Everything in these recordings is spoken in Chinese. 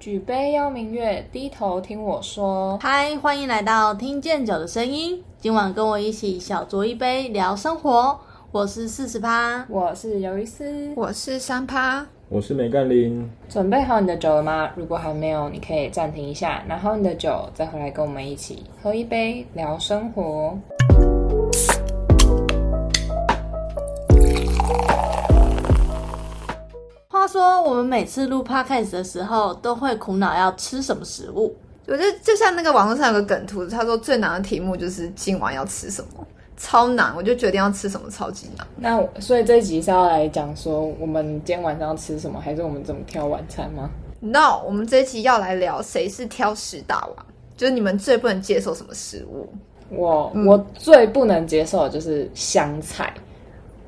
举杯邀明月，低头听我说。嗨，欢迎来到听见酒的声音。今晚跟我一起小酌一杯，聊生活。我是四十趴，我是尤一思，我是三趴，我是梅干林。准备好你的酒了吗？如果还没有，你可以暂停一下，拿好你的酒，再回来跟我们一起喝一杯，聊生活。话说，我们每次录 podcast 的时候，都会苦恼要吃什么食物。我觉得就像那个网络上有个梗图，他说最难的题目就是今晚要吃什么，超难，我就决定要吃什么，超级难。那我所以这一集是要来讲说我们今天晚上要吃什么，还是我们怎么挑晚餐吗？ No，我们这一期要来聊谁是挑食大王，就是你们最不能接受什么食物。我、嗯我最不能接受的就是香菜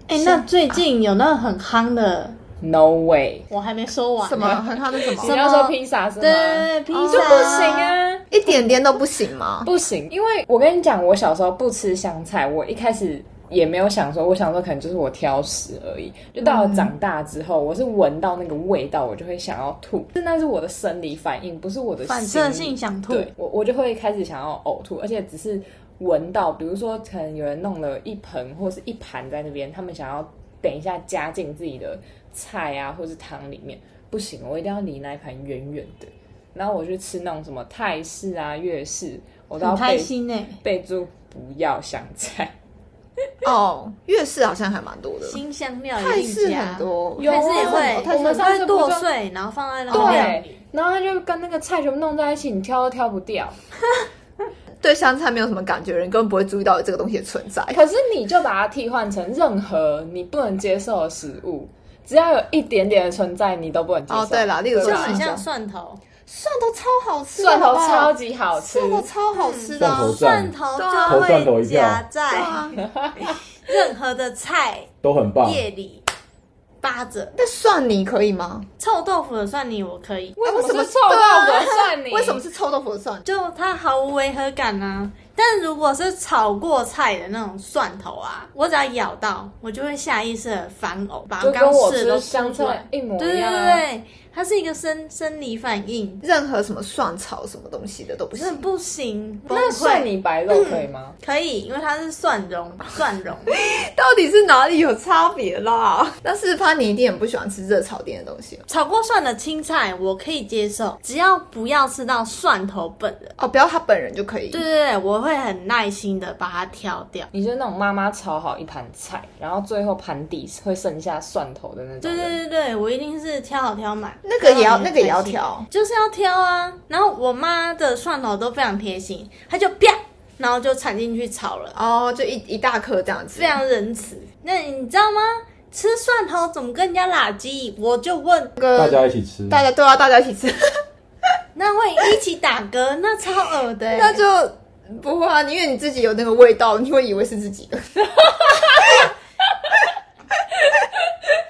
哎、那最近有那个很夯的， ，No way！我还没说完呢。什么很好的什你什么？么要说披萨是吗？对披萨就不行啊。一点点都不行吗？不行，因为我跟你讲，我小时候不吃香菜，我一开始也没有想说，我想说可能就是我挑食而已。就到了长大之后，我是闻到那个味道，我就会想要吐，但那是我的生理反应，不是我的反心射理性想吐。对我，我就会开始想要呕吐，而且只是闻到，比如说可能有人弄了一盆或是一盘在那边，他们想要等一下加进自己的菜啊或是汤里面，不行，我一定要离那一盘远远的。然后我去吃那种什么泰式啊、粤式，我都要很开备心呢、备注不要香菜。哦，粤式好像还蛮多的，新香料泰一式定加很，多，有啊泰式也会，泰式我们上它次会不剁就碎，然后放在那个料对理。，然后他就跟那个菜全部弄在一起，你挑都挑不掉。对香菜没有什么感觉，人根本不会注意到有这个东西的存在。可是你就把它替换成任何你不能接受的食物，只要有一点点的存在，你都不能接受。哦，对了，例如对就吧是很这像样蒜头，蒜头超好吃的，蒜头好不好超级好吃，蒜头超好吃的蒜啊、头蒜蒜头对啊就投蒜头会一票夹在对啊 任何的菜都很棒。叶里扒着。但蒜泥可以吗？臭豆腐的蒜泥我可以，为什么是为什么臭豆腐的对啊蒜泥？ 为什么是臭豆腐的蒜？就它毫无违和感啊。但如果是炒过菜的那种蒜头啊，我只要咬到，我就会下意识的反呕，把就跟刚我吃的都吃吐香出菜来。一模对对一样对啊？对，它是一个生生理反应，任何什么蒜炒什么东西的都不真的行。不行，崩那蒜溃。泥白肉可以吗？可以，因为它是蒜蓉，蒜蓉。到底是哪里有差别啦？但是潘你一定很不喜欢吃热炒店的东西炒过蒜的青菜我可以接受，只要不要吃到蒜头本人。哦，不要他本人就可以。对对对，我会很耐心的把它挑掉。你就那种妈妈炒好一盘菜，然后最后盘底会剩下蒜头的那种对人。对对对，我一定是挑好挑满。那个也挑要好那个也要开心挑，就是要挑啊。然后我妈的蒜头都非常贴心，她就啪，然后就铲进去炒了，哦，就一一大颗这样子。非常仁慈。那你知道吗？吃蒜头怎么跟人家拉鸡？我就问，大个家一起吃，大家都要大家一起吃，那会一起打嗝，那超恶的、欸。那就不会啊，因为你自己有那个味道，你会以为是自己的。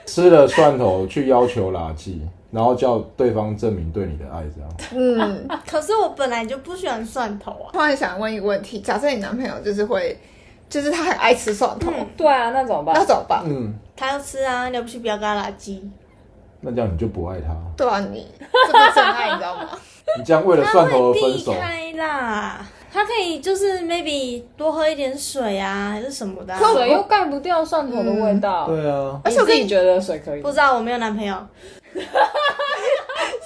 吃了蒜头去要求垃圾，然后叫对方证明对你的爱，这样。嗯，可是我本来就不喜欢蒜头啊。突然想问一个问题：假设你男朋友就是会，就是他很爱吃蒜头，对啊，那怎么那办？怎么办？嗯，他要吃啊，你要不去不要跟他拉鸡。那这样你就不爱他，对啊，你这不是真爱，你知道吗？ 你这样为了他蒜头会而分避手，开啦，他可以就是 maybe 多喝一点水啊，还是什么的啊、可水又盖不掉蒜头的味道。对啊，而且我你自跟己你觉得水可以不？知道我没有男朋友，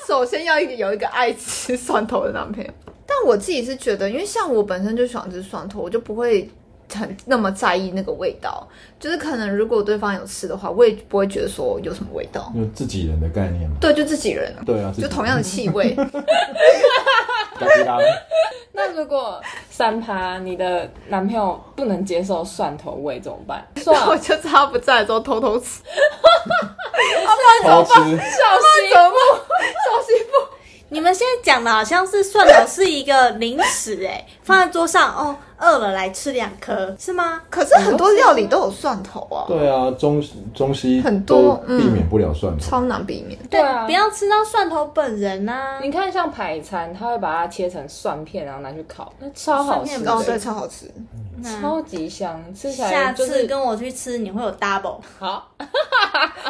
首先要一个有一个爱吃蒜头的男朋友。但我自己是觉得，因为像我本身就喜欢吃蒜头，我就不会很那么在意那个味道。就是可能如果对方有吃的话，我也不会觉得说有什么味道。有自己人的概念嘛。对，就自己人啊，对啊，就同样的气 味。自己人。嘎吉拉那如果三趴你的男朋友不能接受蒜头味怎么 办？算啊我了，就知道他不在的时候偷偷吃，偷吃，小心怎么小媳妇？你们现在讲的好像是蒜头是一个零食、哎，嗯放在桌上哦，饿了来吃两颗是吗？可是很多料理都有蒜头啊，对啊，中中西很多都避免不了蒜头。超难避免。对啊不要吃到蒜头本人啊呐、你看，像排餐，他会把它切成蒜片，然后拿去烤，那超好吃蒜片的。哦，对，超好吃。那超级香，吃起啊下来就次是跟我去吃，你会有 double。好。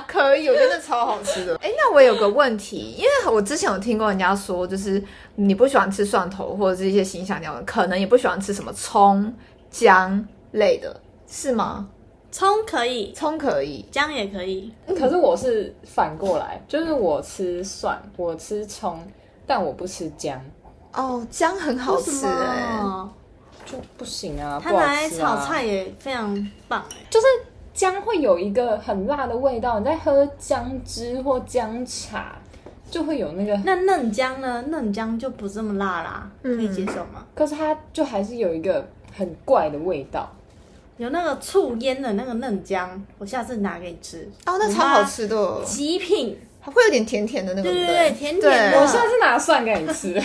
可以，我真的超好 吃的。哎、那我有个问题，因为我之前有听过人家说，就是你不喜欢吃蒜头或者是一些新香料的，可能也不喜欢吃什么葱、姜类的，是吗？葱可以，葱可以，姜也可以，可是我是反过来，就是我吃蒜，我吃葱，但我不吃姜，哦，姜很好为吃什啊哎、么就不行啊，它不好拿吃啊来炒菜也非常棒哎、就是姜会有一个很辣的味道，你在喝姜汁或姜茶就会有那个，那嫩姜呢？嫩姜就不这么辣啦，嗯可以接受吗？可是它就还是有一个很怪的味道。有那个醋腌的那个嫩姜，我下次拿给你吃，哦，那超好吃的，极品。会有点甜甜的那个，对对不对甜甜的我对下次拿蒜给你吃，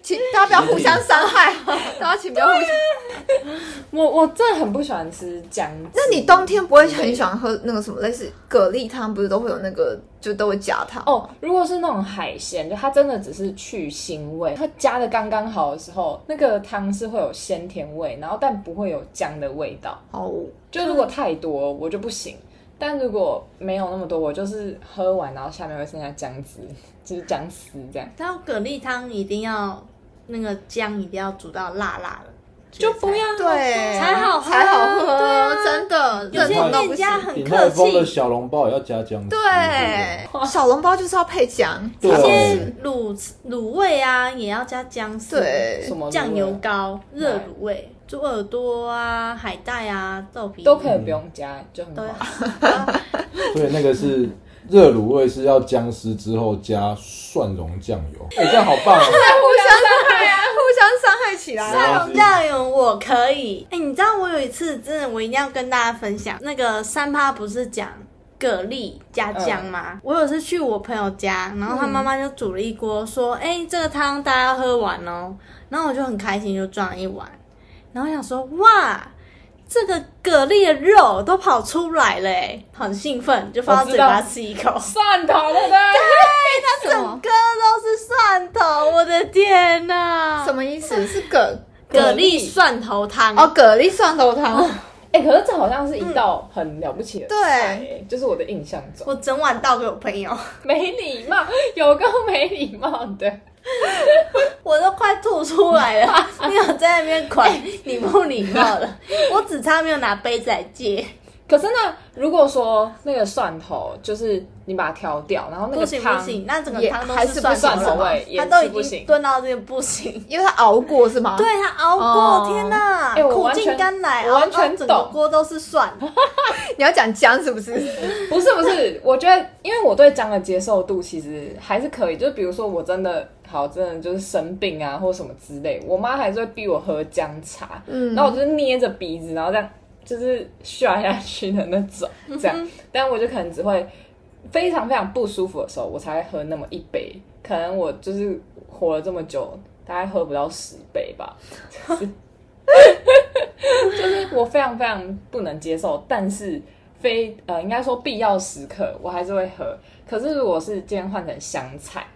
请大家不要互相伤 害，大家请不要互相。我我真的很不喜欢吃姜汁。那你冬天不会很喜欢喝那个什么类似蛤蜊汤，不是都会有那个，就都会加它哦。哦，如果是那种海鲜，就它真的只是去腥味，它加的刚刚好的时候，那个汤是会有鲜甜味，然后但不会有姜的味道。哦就如果太多，我就不行。但如果没有那么多，我就是喝完，然后下面会剩下姜汁，就是姜丝这样，但蛤蜊汤一定要那个姜一定要煮到辣辣的，就不要对，才好喝哎才好喝，对啊真的，有些认同到不店家行很鼎客泰丰的气。小笼包也要加姜汁。对，小笼包就是要配姜，对一啊些卤卤味啊，也要加姜丝，对什么酱油膏、热对卤味、猪耳朵啊、海带啊、豆皮都可以不用加，就很都要好。所以那个是热卤味是要姜丝之后加蒜蓉酱油，哎、这样好棒哦！互相伤害啊，互相伤害起来。没关系酱油我可以。哎、你知道我有一次真的，我一定要跟大家分享，那个三趴不是讲蛤蜊加姜吗？我有次去我朋友家，然后他妈妈就煮了一锅，说：“哎、这个汤大家要喝完哦。”然后我就很开心，就装了一碗，然后我想说：“哇！”这个蛤蜊的肉都跑出来了、哎，很兴奋，就放到我嘴知道巴吃一 口，蒜头对不对？它哎整个都是蒜头，我的天哪！什么意思？是蛤蛤蜊蒜头汤哦，蛤蜊蒜头汤，哎、可是这好像是一道很了不起的对菜、哎就是我的印象中，我整碗倒给我朋友， 没礼貌，有够没礼貌的。我都快吐出来了。 没有在那边管哎礼不礼貌了， 我只差没有拿杯子来接。可是呢，如果说那个蒜头，就是你把它挑掉，然后那不个行不汤，行，那整个也汤都还是是不蒜蒜头头了味也它都是已不经行啊炖到这个不行。因为它熬过是吗？对，它熬过，哦天哪，哎我苦完全尽甘来，我熬完到全整个懂啊锅都是蒜。你要讲姜是不是？ 不是不是，我觉得，因为我对姜的接受度其实还是可以。就比如说，我真的好，真的就是生病啊，或什么之类，我妈还是会逼我喝姜茶，嗯然后我就是捏着鼻子，然后这样就是刷下去的那种，这样。但我就可能只会非常非常不舒服的时候，我才会喝那么一杯。可能我就是活了这么久，大概喝不到十杯吧。 就是我非常非常不能接受，但是非呃应该说必要时刻我还是会喝。可是如果是今天换成香菜，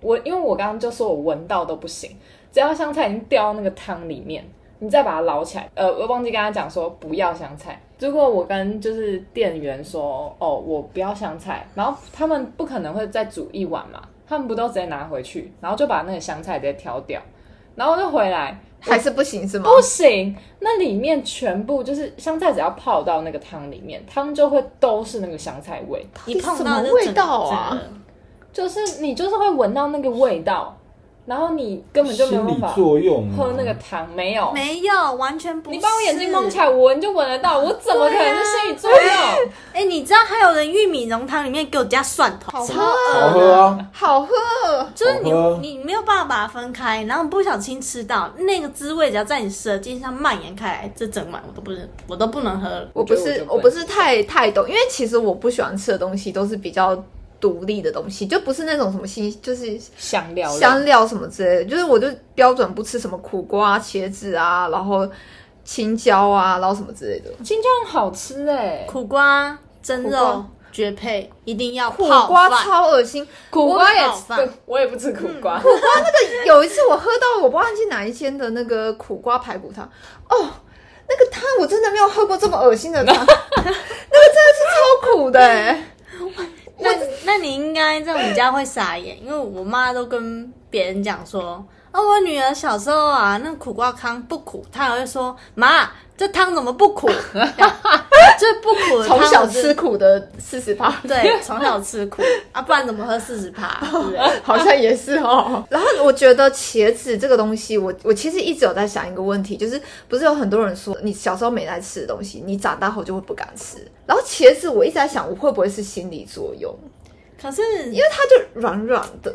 我因为我刚刚就说我闻到都不行，只要香菜已经掉到那个汤里面，你再把它捞起来。呃，我忘记跟他讲说不要香菜。如果我跟就是店员说哦我不要香菜，然后他们不可能会再煮一碗嘛，他们不都直接拿回去，然后就把那个香菜直接挑掉，然后就回来。还是不行是吗？不行，那里面全部就是香菜，只要泡到那个汤里面，汤就会都是那个香菜味，一碰到什就么味整个道啊整个就是你就是会闻到那个味道，然后你根本就没有心办理法作用、啊，喝那个汤，没有。没有，完全不是。你把我眼睛蒙起来，我闻就闻得到，我怎么可能是心理作用？哎、你知道还有人玉米浓汤里面给我加蒜头，好什喝么，好喝啊！好喝，就是你好喝你没有办法把它分开，然后不小心吃到那个滋味，只要在你舌尖上蔓延开来，这整碗我都不是我都不能喝了。我不是我觉得我就不我不是太太懂，因为其实我不喜欢吃的东西都是比较独立的东西，就不是那种什么新就是香料类香料什么之类的，就是我就标准不吃什么苦瓜、茄子啊，然后青椒啊，然后什么之类的。青椒很好吃哎、苦瓜蒸苦瓜肉绝配，一定要苦泡瓜饭。超恶心，苦瓜也我好嗯棒吃，我也不吃苦瓜， 有一次我喝到我不忘记哪一间的那个苦瓜排骨汤，哦，那个汤我真的没有喝过这么恶心 的汤，那个真的是超苦的、欸。那那你应该在我们家会傻眼，因为我妈都跟别人讲说，啊，我女儿小时候啊，那苦瓜汤不苦，她还会说，妈，这汤怎么不苦？ 这样这不苦的汤从小我是吃苦的四十八，对，从小吃苦啊，不然怎么喝四十趴？对不对？好像也是 哦。然后我觉得茄子这个东西，我我其实一直有在想一个问题，就是不是有很多人说你小时候没在吃的东西，你长大后就会不敢吃。然后茄子，我一直在想，我会不会是心理作用？可是因为它就软软的，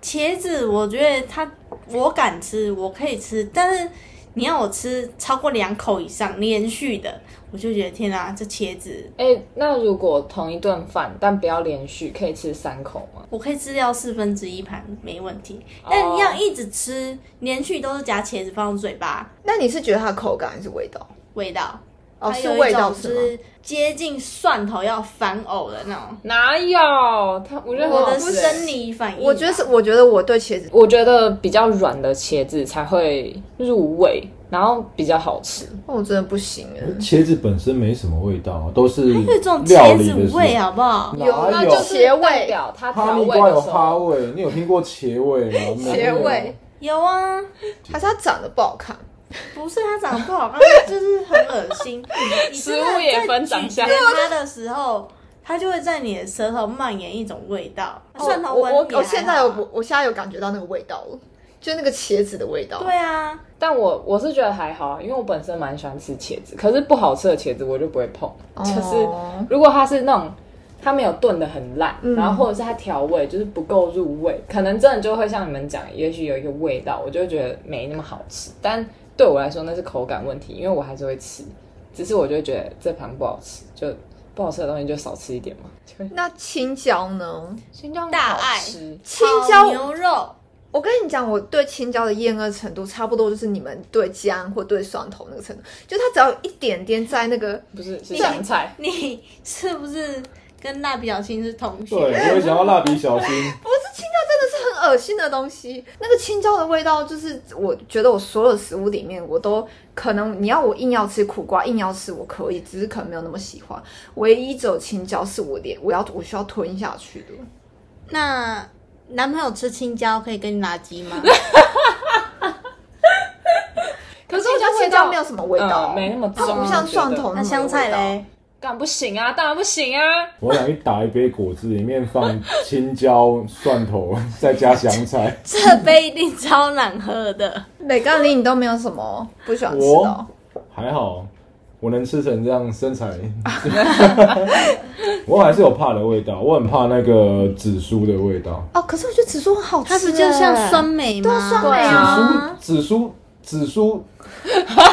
茄子，我觉得它我敢吃，我可以吃，但是你要我吃超过两口以上连续的，我就觉得天哪、这茄子哎、那如果同一顿饭，但不要连续，可以吃三口吗？我可以吃掉四分之一盘没问题，哦但要一直吃，连续都是夹茄子放入嘴巴，那你是觉得它的口感还是味道？味道哦，还是有一味道种是就吗？是接近蒜头要反呕的那种，哪有？他我觉得嗯我很好的吃欸生理反应吧，我觉得是，我觉得我对茄子，我觉得比较软的茄子才会入味，然后比较好吃。我真的不行哎。茄子本身没什么味道、啊，都是有一种料茄理子的时候味，啊好不好？哪啊有那有？就是茄味代表它哈调密味瓜有的时哈候，味，你有听过茄味吗？没有茄味，有啊，还是它长得不好看？不是它长得不好看，就是很恶 心。你真的食物也分在长咀相嚼它的时候，它就会在你的舌头蔓延一种味道，蒜头我纹哦我也我还现在有好我我现在有感觉到那个味道了，就是那个茄子的味道。对啊，但我我是觉得还好啊，因为我本身蛮喜欢吃茄子，可是不好吃的茄子我就不会碰。哦，就是如果它是那种它没有炖的很烂，嗯然后或者是它调味就是不够入味，可能真的就会像你们讲，也许有一个味道，我就会觉得没那么好吃。但对我来说那是口感问题，因为我还是会吃，只是我就会觉得这盘不好吃，就不好吃的东西就少吃一点嘛。就那青椒呢？青椒大好爱吃，青椒炒哦牛肉，我跟你讲，我对青椒的厌恶程度差不多就是你们对姜或对蒜头那个程度，就它只要有一点点在那个，不是是香菜。你是不是跟蜡笔小新是同学？对，我也想要蜡笔小新，真的是很恶心的东西。那个青椒的味道，就是我觉得我所有食物里面，我都可能你要我硬要吃苦瓜，硬要吃我可以，只是可能没有那么喜欢。唯一只有青椒是我连我要我需要吞下去的。那男朋友吃青椒可以跟你拿鸡 吗？可可是我觉得青椒没有什么味道，嗯没那么重它不像蒜头那么有香菜味道嘞？干不行啊，当然不行啊。 我想去打一杯果汁，里面放青椒、蒜头， 再加香菜。这杯一定超难喝的。磊哥，你你都没有什么不喜欢吃的哦我？还好，我能吃成这样，身材，我还是有怕的味道，我很怕那个紫苏的味道。哦，可是我觉得紫苏很好吃，它不就像酸梅吗？对啊酸梅对啊紫苏，紫苏，他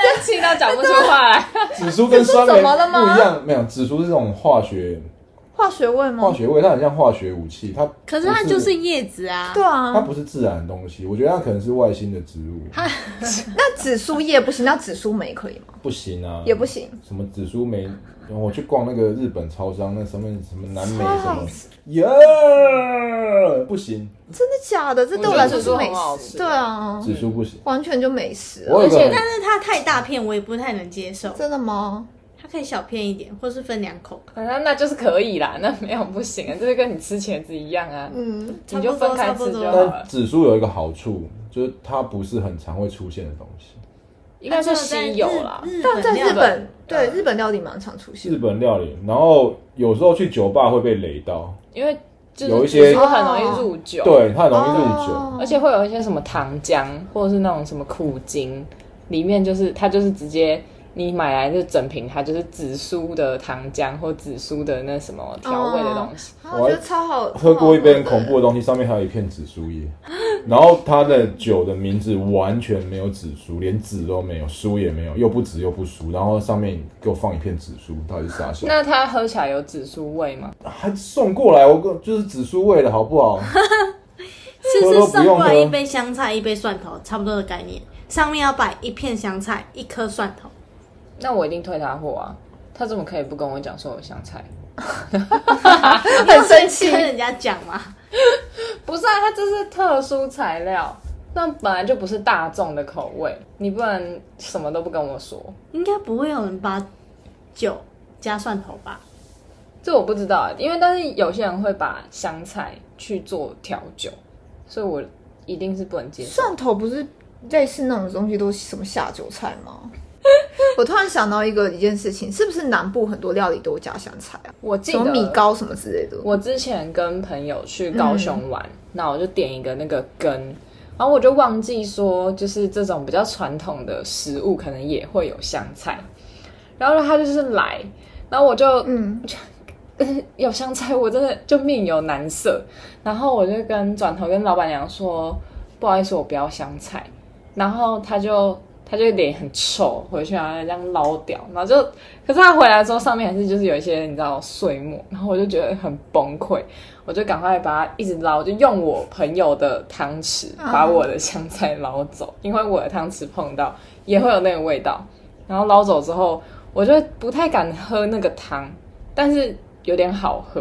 现在气到讲不出话来。紫苏跟酸梅紫苏怎么了吗嗯不一样，没有，紫苏是这种化学化学味吗化？学味，它很像化学武器，它可是它就不是叶子啊。对它啊，不是自然的东西，我觉得它可能是外星的植物，那紫苏叶不行，那紫苏梅可以吗？不行啊，也不行。什么紫苏梅，我去逛那个日本超商，那上面什么南美什超好么，耶、不行，真的假的？这对我来说是美我觉得紫苏很好食。吃对啊，紫苏不行。完全就美食了。我有一个很哦但是它太大片，我也不太能接受。真的吗？它可以小片一点，或是分两口。反正啊那就是可以啦， 那没有不行啊，这就跟你吃茄子一样啊，嗯，你就分开吃就好但了。紫苏有一个好处，就是它不是很常会出现的东西。应啊该说稀有啦，日但在本料日理本，对日本料理蛮常出现日。本料理，然后有时候去酒吧会被雷到，因为就是有一些紫苏很容易入酒，，对，它很容易入酒。哦而且会有一些什么糖浆或者是那种什么苦精，里面就是它就是直接你买来就整瓶，它就是紫苏的糖浆或紫苏的那什么调味的东西，哦啊我觉得超好，喝过一杯很超好恐喝的怖的东西，上面还有一片紫苏叶，然后它的酒的名字完全没有紫苏，连紫都没有，苏也没有，又不紫又不苏，然后上面给我放一片紫苏，到底是啥小？那它喝起来有紫苏味吗？还送过来，我跟就是紫苏味的好不好？ 是喝是都不送用过来喝一杯香菜，一杯蒜头，差不多的概念。上面要摆一片香菜，一颗蒜头。那我一定退他货啊！他怎么可以不跟我讲说有香菜？很生气跟。人家讲嘛，不是啊，它这是特殊材料，那本来就不是大众的口味，你不能什么都不跟我说。应该不会有人把酒加蒜头吧？这我不知道，因为但是有些人会把香菜去做调酒，所以我一定是不能接受。蒜头不是类似那种东西都是什么下酒菜吗？ 我突然想到一个一件事情，是不是南部很多料理都加香菜啊？我记什得么米糕什么之类的。嗯我之前跟朋友去高雄玩，那我就点一个那个羹，然后我就忘记说，就是这种比较传统的食物可能也会有香菜，然后他就是来，然后我就嗯， 有香菜，我真的就命有难色。然后我就跟转头跟老板娘说，不好意思，我不要香菜。然后他就他就脸很臭，回去然后这样捞掉。然后就，可是他回来之后，上面还是就是有一些你知道碎末，然后我就觉得很崩溃，我就赶快把它一直捞，就用我朋友的汤匙把我的香菜捞走，因为我的汤匙碰到也会有那个味道。然后捞走之后，我就不太敢喝那个汤，但是有点好喝，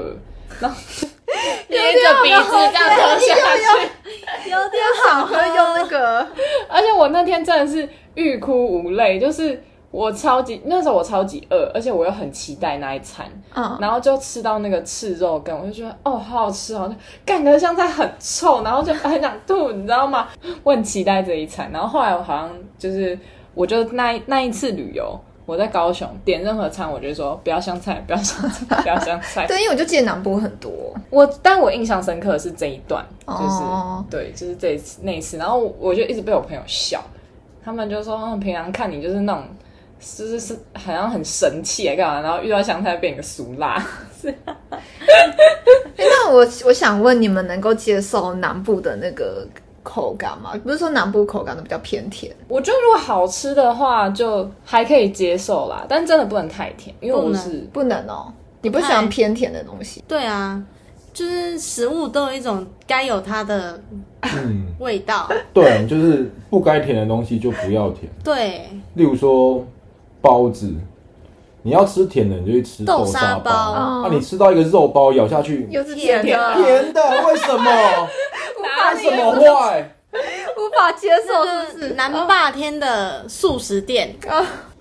然后就捏着鼻子这样喝下去。有点少喝用那 个，而且我那天真的是欲哭无泪，就是我超级那时候我超级饿，而且我又很期待那一餐，嗯，然后就吃到那个赤肉羹，我就觉得哦，好好吃哦，就干的香菜很臭，然后就很想吐，你知道吗？ 我很期待这一餐。然后后来我好像就是，我就那一那一次旅游，我在高雄点任何餐，我就说不要香菜，不要香菜，不要香菜。 对，因为我就记得南部很多，我但我印象深刻的是这一段，就是、哦对，就是这一次那一次，然后我就一直被我朋友笑，他们就说，嗯，平常看你就是那种，就是是好像很神气啊，干嘛，然后遇到香菜变一个俗辣，诶那我我想问，你们能够接受南部的那个口感吗？不是说南部口感都比较偏甜，我觉得如果好吃的话，就还可以接受啦，但真的不能太甜，因为我是不能哦，你不喜欢太偏甜的东西。对啊，就是食物都有一种该有它的嗯，味道。对，就是不该甜的东西就不要甜。对，例如说包子，你要吃甜的，你就去吃豆沙沙包那、哦你吃到一个肉包，咬下去又是甜甜的的，甜的，为什 么？哪为什么坏？无法接受，那是不个是？南霸天的素食店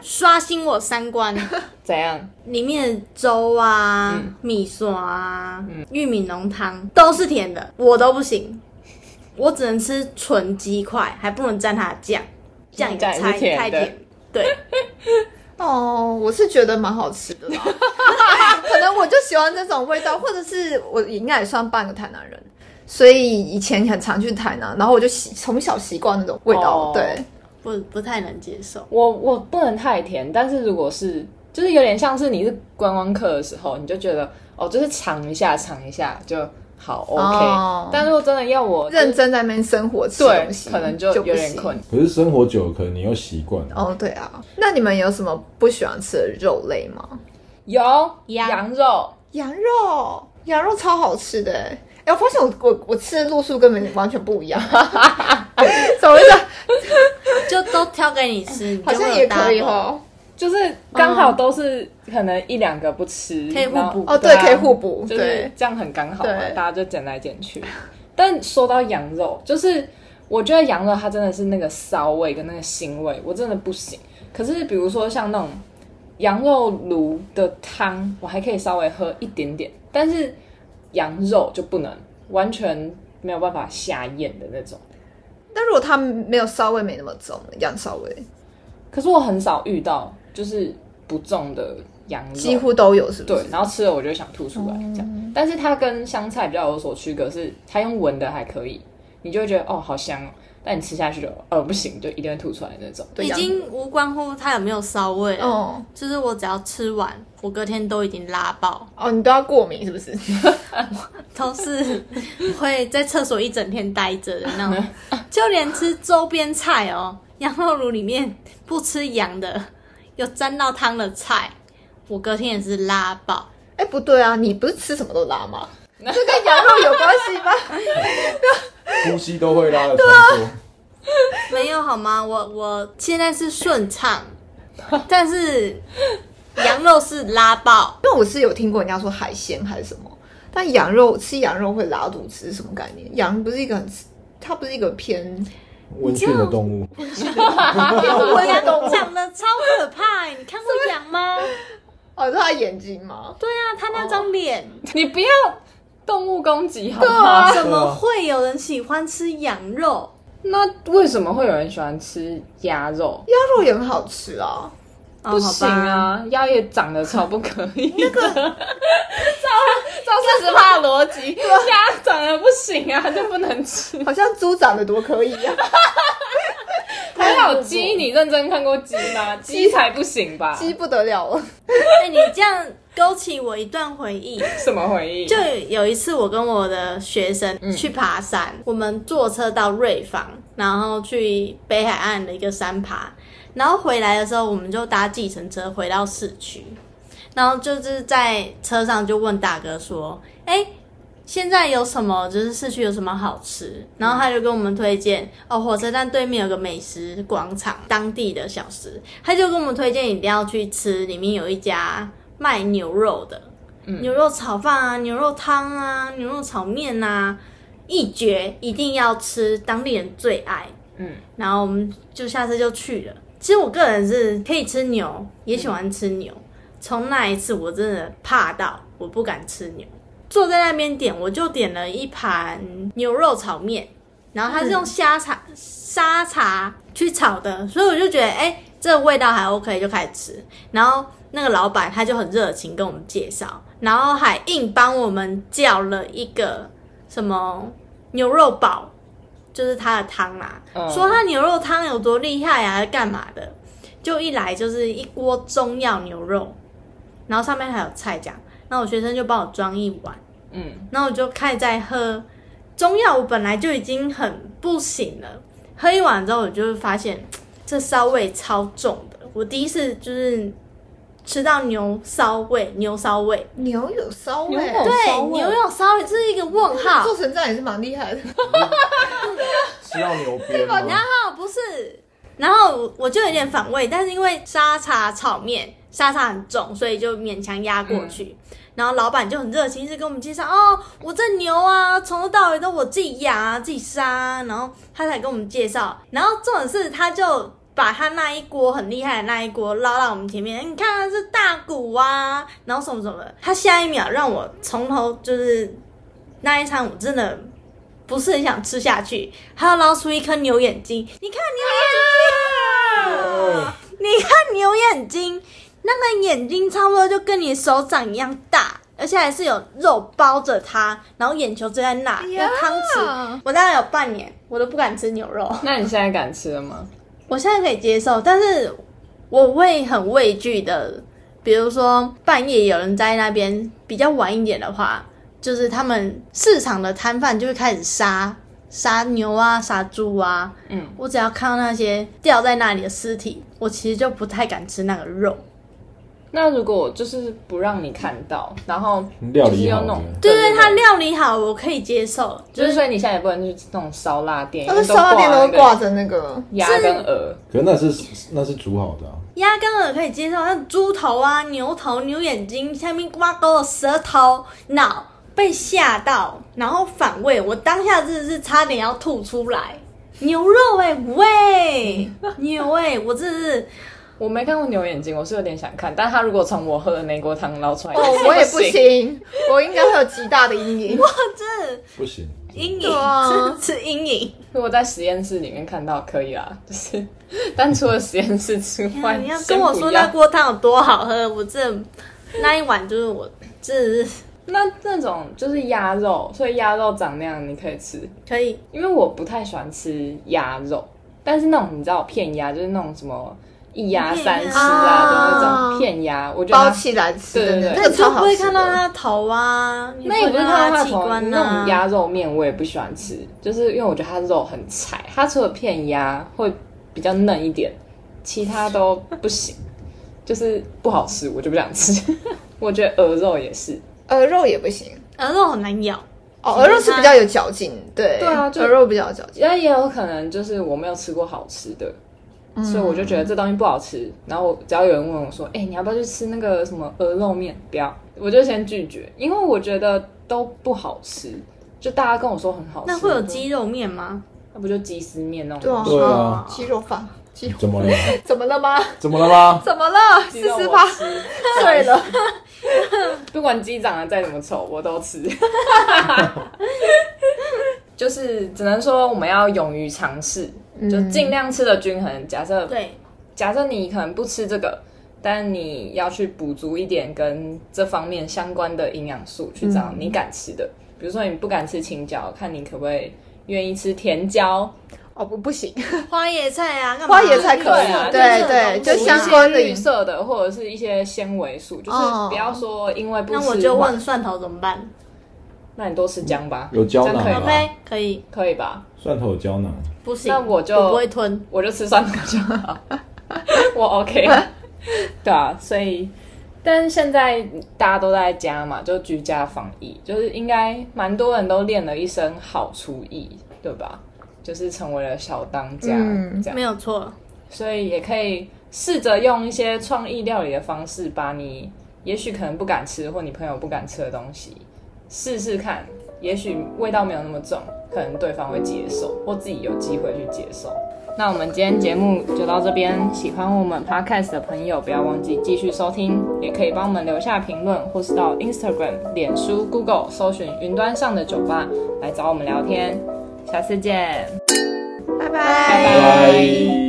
刷新我三观，怎样？里面的粥啊、嗯米刷啊、玉米浓汤都是甜的，我都不行，我只能吃纯鸡块，还不能沾它的酱，酱也酱也是太甜太的甜。对， 哦，我是觉得蛮好吃的啦， 可能我就喜欢这种味道，或者是我应该也算半个台南人，所以以前很常去台南，然后我就习从小习惯那种味哦道，对，不不太能接受。我我不能太甜，但是如果是就是有点像是你是观光客的时候，你就觉得哦，就是尝一下尝一下就好 OK，、哦但如果真的要我认真在那边生活吃对东西，，可能就就有不点行困。难。可是生活久了，可能你又习惯了。哦，对啊，那你们有什么不喜欢吃的肉类吗？有羊羊肉，羊肉，羊肉超好吃的欸。哎、我发现我我我吃的路数跟你们完全不 一样，怎么 的？就都挑给你 吃，你就好像会也有可以 double 哦。就是刚好都是可能一两个不吃，可以互补然后哦，对，啊可以互补，就是对，这样很刚好嘛对，大家就捡来捡去。但说到羊肉，就是我觉得羊肉它真的是那个骚味跟那个腥味，我真的不行。可是比如说像那种羊肉炉的汤，我还可以稍微喝一点点，但是羊肉就不能，完全没有办法下咽的那种。但如果它没有骚味，没那么重，羊骚味可是我很少遇到就是不重的羊肉，几乎都有，是不对是？，然后吃了我就想吐出来这样。但是它跟香菜比较有所区隔是，它用闻的还可以，你就会觉得哦好香哦，但你吃下去就呃不行，就一定会吐出来那种。对已羊经无关乎它有没有骚味了，哦就是我只要吃完，我隔天都已经拉爆，哦，你都要过敏是不是？都是会在厕所一整天待着的那种，就连吃周边菜哦，羊肉炉里面不吃羊的，有沾到汤的菜，我隔天也是拉爆。哎、不对啊，你不是吃什么都拉 吗？这跟羊肉有关系吗？呼吸都会拉的传说。没有好吗？我我现在是顺畅，但是羊肉是拉爆，因为我是有听过人家说海鲜还是什么，但羊肉吃羊肉会拉肚子是什么概念？羊不是一个很，它不是一个偏温驯的动物，哎我也懂羊长得超可怕、欸，你看过羊吗？哦，是他眼睛吗？对啊，它那张脸， 你不要动物攻击好吗？怎么会有人喜欢吃羊肉？那为什么会有人喜欢吃鸭肉？鸭肉也很好吃啊，哦不行！好吧啊，鸭也长得超不可以 的。那个照照四十怕逻辑，鸭长得不行啊，就不能吃。好像猪长得多可以啊， 还有鸡，你认真看过鸡吗？鸡才不行吧？鸡不得了啊了。哎、你这样勾起我一段回忆。什么回忆？就有一次，我跟我的学生去爬山，我们坐车到瑞芳，然后去北海岸的一个山爬，然后回来的时候，我们就搭计程车回到市区，然后就是在车上就问大哥说：“哎、现在有什么？就是市区有什么好吃？”然后他就跟我们推荐哦，火车站对面有个美食广场，当地的小吃，他就跟我们推荐一定要去吃，里面有一家卖牛肉的。牛肉炒饭啊，牛肉汤啊，牛肉炒面啊，一绝一定要吃，当地人最爱。嗯，然后我们就下次就去了。其实我个人是可以吃牛，也喜欢吃牛。从那一次，我真的怕到我不敢吃牛。坐在那边点，我就点了一盘牛肉炒面，然后它是用虾茶、沙茶去炒的，所以我就觉得，哎、这个味道还 OK，就开始吃。然后那个老板他就很热情跟我们介绍，然后还硬帮我们叫了一个什么牛肉煲，就是他的汤啦、嗯说他牛肉汤有多厉害啊，干嘛的？就一来就是一锅中药牛肉，然后上面还有菜这样。那我学生就帮我装一碗，嗯，然后我就开始在喝中药，我本来就已经很不行了，喝一碗之后，我就发现这骚味超重的。我第一次就是吃到牛骚味，牛骚味，牛有骚味，牛有对骚，味牛有骚味，这是一个问号。啊做成这样也是蛮厉害的。吃到牛鞭吗？哦，不是，然后我就有点反胃，但是因为沙茶炒面沙茶很重，所以就勉强压过去。然后老板就很热情，一直跟我们介绍哦，我这牛啊，从头到尾都我自己养啊，自己杀啊、然后他才跟我们介绍。然后重点是，他就把他那一锅很厉害的那一锅捞到我们前面，你看这是大骨啊，然后什么什么的。他下一秒让我从头就是那一餐，我真的不是很想吃下去，还要捞出一颗牛眼睛，你看牛眼睛、啊你看牛眼睛，那个眼睛差不多就跟你手掌一样大，而且还是有肉包着它，然后眼球就在那，有呀汤匙。我大概有半年，我都不敢吃牛肉，那你现在敢吃了吗？我现在可以接受，但是我会很畏惧的。比如说半夜有人在那边比较晚一点的话，就是他们市场的摊贩就会开始杀杀牛啊、杀猪啊，嗯，我只要看到那些掉在那里的尸体，我其实就不太敢吃那个肉。那如果就是不让你看到，然后料就是理要好弄的，对对，它料理好，我可以接受。就就是是所以你现在也不能去那种烧腊店，他因为们烧腊店都挂挂着那个，那个鸭跟鹅，可是那是那是煮好的啊，鸭跟鹅可以接受，像猪头啊、牛头、牛眼睛、下面刮钩的舌头、脑，被吓到，然后反胃，我当下真的是差点要吐出来。牛肉哎、喂，牛哎、我真的是我没看过牛眼睛，我是有点想看，但他如果从我喝的那锅汤捞出来，哦，我也不，行，我应该会有极大的阴影。不行。阴对影，啊是是阴影。 如果在实验室里面看到可以啦，就是但除了实验室之外，哎你要先跟我不说要那锅汤有多好喝，我这那一碗就是我这是那那种就是鸭肉，所以鸭肉长那样你可以吃，可以因为我不太喜欢吃鸭肉，但是那种你知道片鸭就是那种什么一鸭三吃啊，片鸭就那啊种片鸭，我觉得包它起来吃对的对对那个，那个你就超不好会吃看到的。他的头啊，你那也不是看看到到他它器从官那啊种。鸭肉面，我也不喜欢吃，就是因为我觉得它肉很柴，它除了片鸭会比较嫩一点，其他都不行，就是不好吃，我就不想吃。 我觉得鹅肉也是，鹅肉也不行，鹅肉很难咬，哦，鹅肉是比较有嚼劲，对，对啊就鹅肉比较有嚼劲。那也有可能就是我没有吃过好吃的，所以我就觉得这东西不好吃。然后只要有人问我说：“哎、你要不要去吃那个什么鹅肉面？”不要，我就先拒绝，因为我觉得都不好吃。就大家跟我说很好吃，那会有我就鸡肉面吗？那不就鸡丝面那种对东啊，西？对鸡 啊肉饭，鸡肉怎么了？怎么了吗？怎么了吗？怎么了？四鸡肉十我八吃岁了， 不管鸡长得再怎么丑，我都吃。 就是只能说我们要勇于尝试，就尽量吃的均衡。假设对，假设你可能不吃这个，但你要去补足一点跟这方面相关的营养素，去找嗯你敢吃的。比如说你不敢吃青椒，看你可不可以愿意吃甜椒，哦不不行，花椰菜啊，干嘛花椰菜可以对啊，对对对，就就是相嗯关的绿色的或者是一些纤维素，就是哦不要说因为不吃那我就问蒜头怎么办那你多吃姜吧，有胶这样囊可以啊吗？ ？OK，可以，可以吧？蒜头有胶囊，不行，那我就我不会吞。我就吃蒜头就好，我 OK。对啊，所以，但是现在大家都在家嘛，就居家防疫，就是应该蛮多人都练了一身好厨艺，对吧？就是成为了小当家、嗯这样没，有错，所以也可以试着用一些创意料理的方式，把你也许可能不敢吃或你朋友不敢吃的东西试试看，也许味道没有那么重，可能对方会接受，或自己有机会去接受。那我们今天节目就到这边，喜欢我们 podcast 的朋友不要忘记继续收听，也可以帮我们留下评论，或是到 Instagram、脸书、Google 搜寻“云端上的酒吧”来找我们聊天。下次见，拜拜拜。